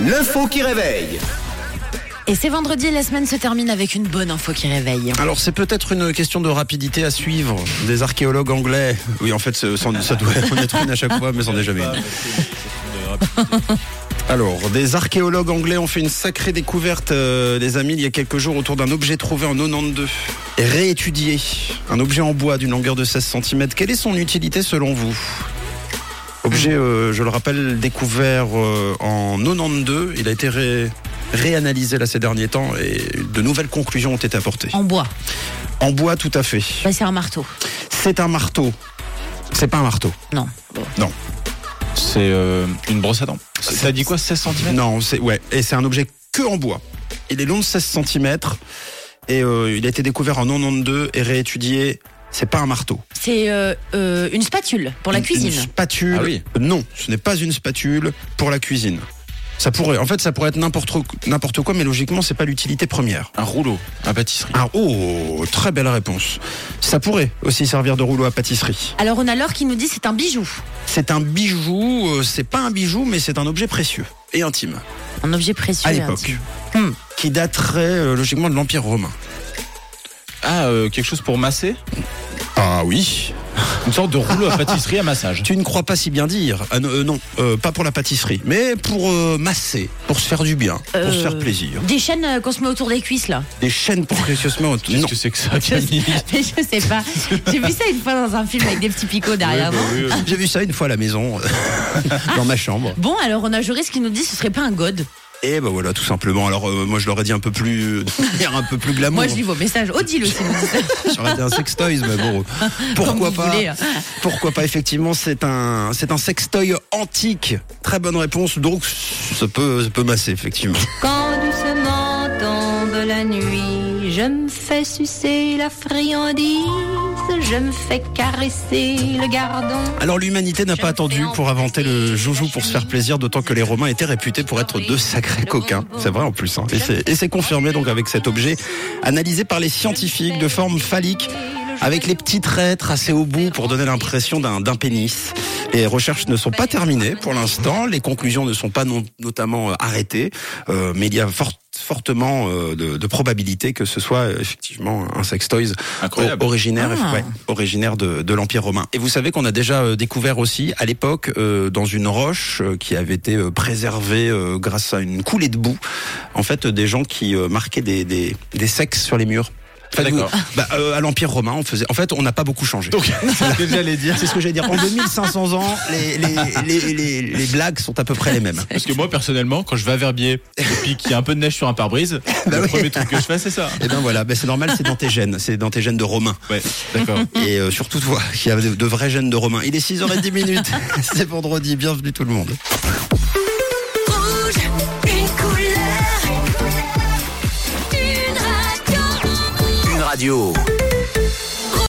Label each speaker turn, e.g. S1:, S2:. S1: L'info qui réveille.
S2: Et c'est vendredi, la semaine se termine avec une bonne info qui réveille.
S3: Alors c'est peut-être une question de rapidité à suivre des archéologues anglais. Oui, en fait, ça, ça doit en être une à chaque fois, mais c'en est jamais une. Alors, des archéologues anglais ont fait une sacrée découverte, euh, les amis, il y a quelques jours autour d'un objet trouvé en 92 et réétudié. Un objet en bois d'une longueur de 16 cm. Quelle est son utilité selon vous Objet, euh, je le rappelle, découvert euh, en 92. Il a été ré- réanalysé là ces derniers temps et de nouvelles conclusions ont été apportées.
S2: En bois.
S3: En bois, tout à fait.
S2: Bah, c'est un marteau.
S3: C'est un marteau. C'est pas un marteau.
S2: Non.
S4: C'est euh, une brosse à dents. T'as dit quoi 16 cm
S3: Non, c'est ouais, et c'est un objet que en bois. Il est long de 16 cm et euh, il a été découvert en 92 et réétudié. C'est pas un marteau.
S2: C'est euh, euh, une spatule pour la
S3: Une- Une
S2: cuisine.
S3: spatule.
S4: Ah oui.
S3: Non, ce n'est pas une spatule pour la cuisine. Ça pourrait, en fait, ça pourrait être n'importe n'importe quoi, mais logiquement, c'est pas l'utilité première.
S4: Un rouleau à pâtisserie.
S3: Ah oh, très belle réponse. Ça pourrait aussi servir de rouleau à pâtisserie.
S2: Alors on a Laure qui nous dit c'est un bijou.
S3: C'est un bijou, euh, c'est pas un bijou, mais c'est un objet précieux et intime
S2: Un objet précieux.
S3: à
S2: et
S3: l'époque, Hmm.
S2: intime.
S3: qui daterait euh, logiquement de l'Empire romain.
S4: Ah, euh, quelque chose pour masser
S3: Ah oui.
S4: Une sorte de rouleau à pâtisserie à massage.
S3: Tu ne crois pas si bien dire. Ah, non, euh, non, euh, pas pour la pâtisserie, mais pour euh, masser, pour se faire du bien,
S2: Euh,
S3: pour se faire plaisir.
S2: Des chaînes euh, qu'on se met autour des cuisses là.
S3: Des chaînes pour précieusement.
S4: Qu'est-ce
S3: Non.
S4: que c'est que ça, Camille
S2: Mais je sais pas. J'ai vu ça une fois dans un film avec des petits picots derrière. non
S3: J'ai vu ça une fois à la maison, euh, dans ma chambre.
S2: Bon alors on a Joris qui nous dit ce serait pas un god.
S3: Et ben voilà, tout simplement. Alors euh, moi je l'aurais dit un peu plus, de manière un peu plus glamour.
S2: Moi je lis vos messages. Odile aussi nous dit ça.
S3: J'aurais dit un sextoys, mais bon,
S2: Comme
S3: pourquoi
S2: vous
S3: pas
S2: voulez.
S3: Pourquoi pas Effectivement, c'est un, c'est un sextoy antique. Très bonne réponse. Donc ça peut, ça peut masser effectivement.
S5: Quand doucement tombe la nuit, je me fais sucer la friandise, je me fais caresser le gardon.
S3: Alors l'humanité n'a pas attendu pour inventer le joujou pour se faire plaisir, d'autant que les Romains étaient réputés pour être de sacrés coquins. C'est vrai en plus. hein. Et c'est- Et c'est confirmé donc avec cet objet analysé par les scientifiques de forme phallique. Avec les petits traits tracés au bout pour donner l'impression d'un d'un pénis. Les recherches ne sont pas terminées pour l'instant, les conclusions ne sont pas non- notamment euh, arrêtées, euh, mais il y a fort- fortement euh, de, de probabilité que ce soit euh, effectivement un sextoys
S4: Incroyable.
S3: o- originaire,
S2: Ah.
S3: ouais, originaire de, de l'Empire romain. Et vous savez qu'on a déjà euh, découvert aussi, à l'époque, euh, dans une roche euh, qui avait été euh, préservée euh, grâce à une coulée de boue, en fait, euh, des gens qui euh, marquaient des, des, des sexes sur les murs. Enfin,
S4: D'accord.
S3: vous- bah, euh, à l'Empire romain, on faisait. En fait, on n'a pas beaucoup changé.
S4: Donc, c'est ce que j'allais dire.
S3: C'est ce que j'allais dire. En 2500 ans, les, les, les, les, les blagues sont à peu près les mêmes.
S4: Parce que moi, personnellement, quand je vais à Verbier et puis qu'il y a un peu de neige sur un pare-brise, le
S3: oui.
S4: premier truc que je fais, c'est ça.
S3: Et ben voilà, ben c'est normal, c'est dans tes gènes, c'est dans tes gènes de Romain.
S4: Ouais, d'accord.
S3: Et euh, surtout toi, qui a de, de vrais gènes de Romain. Il est 6h10 minutes, c'est vendredi, bienvenue tout le monde.
S6: Rouge, une couleur, une radio.
S1: Une radio.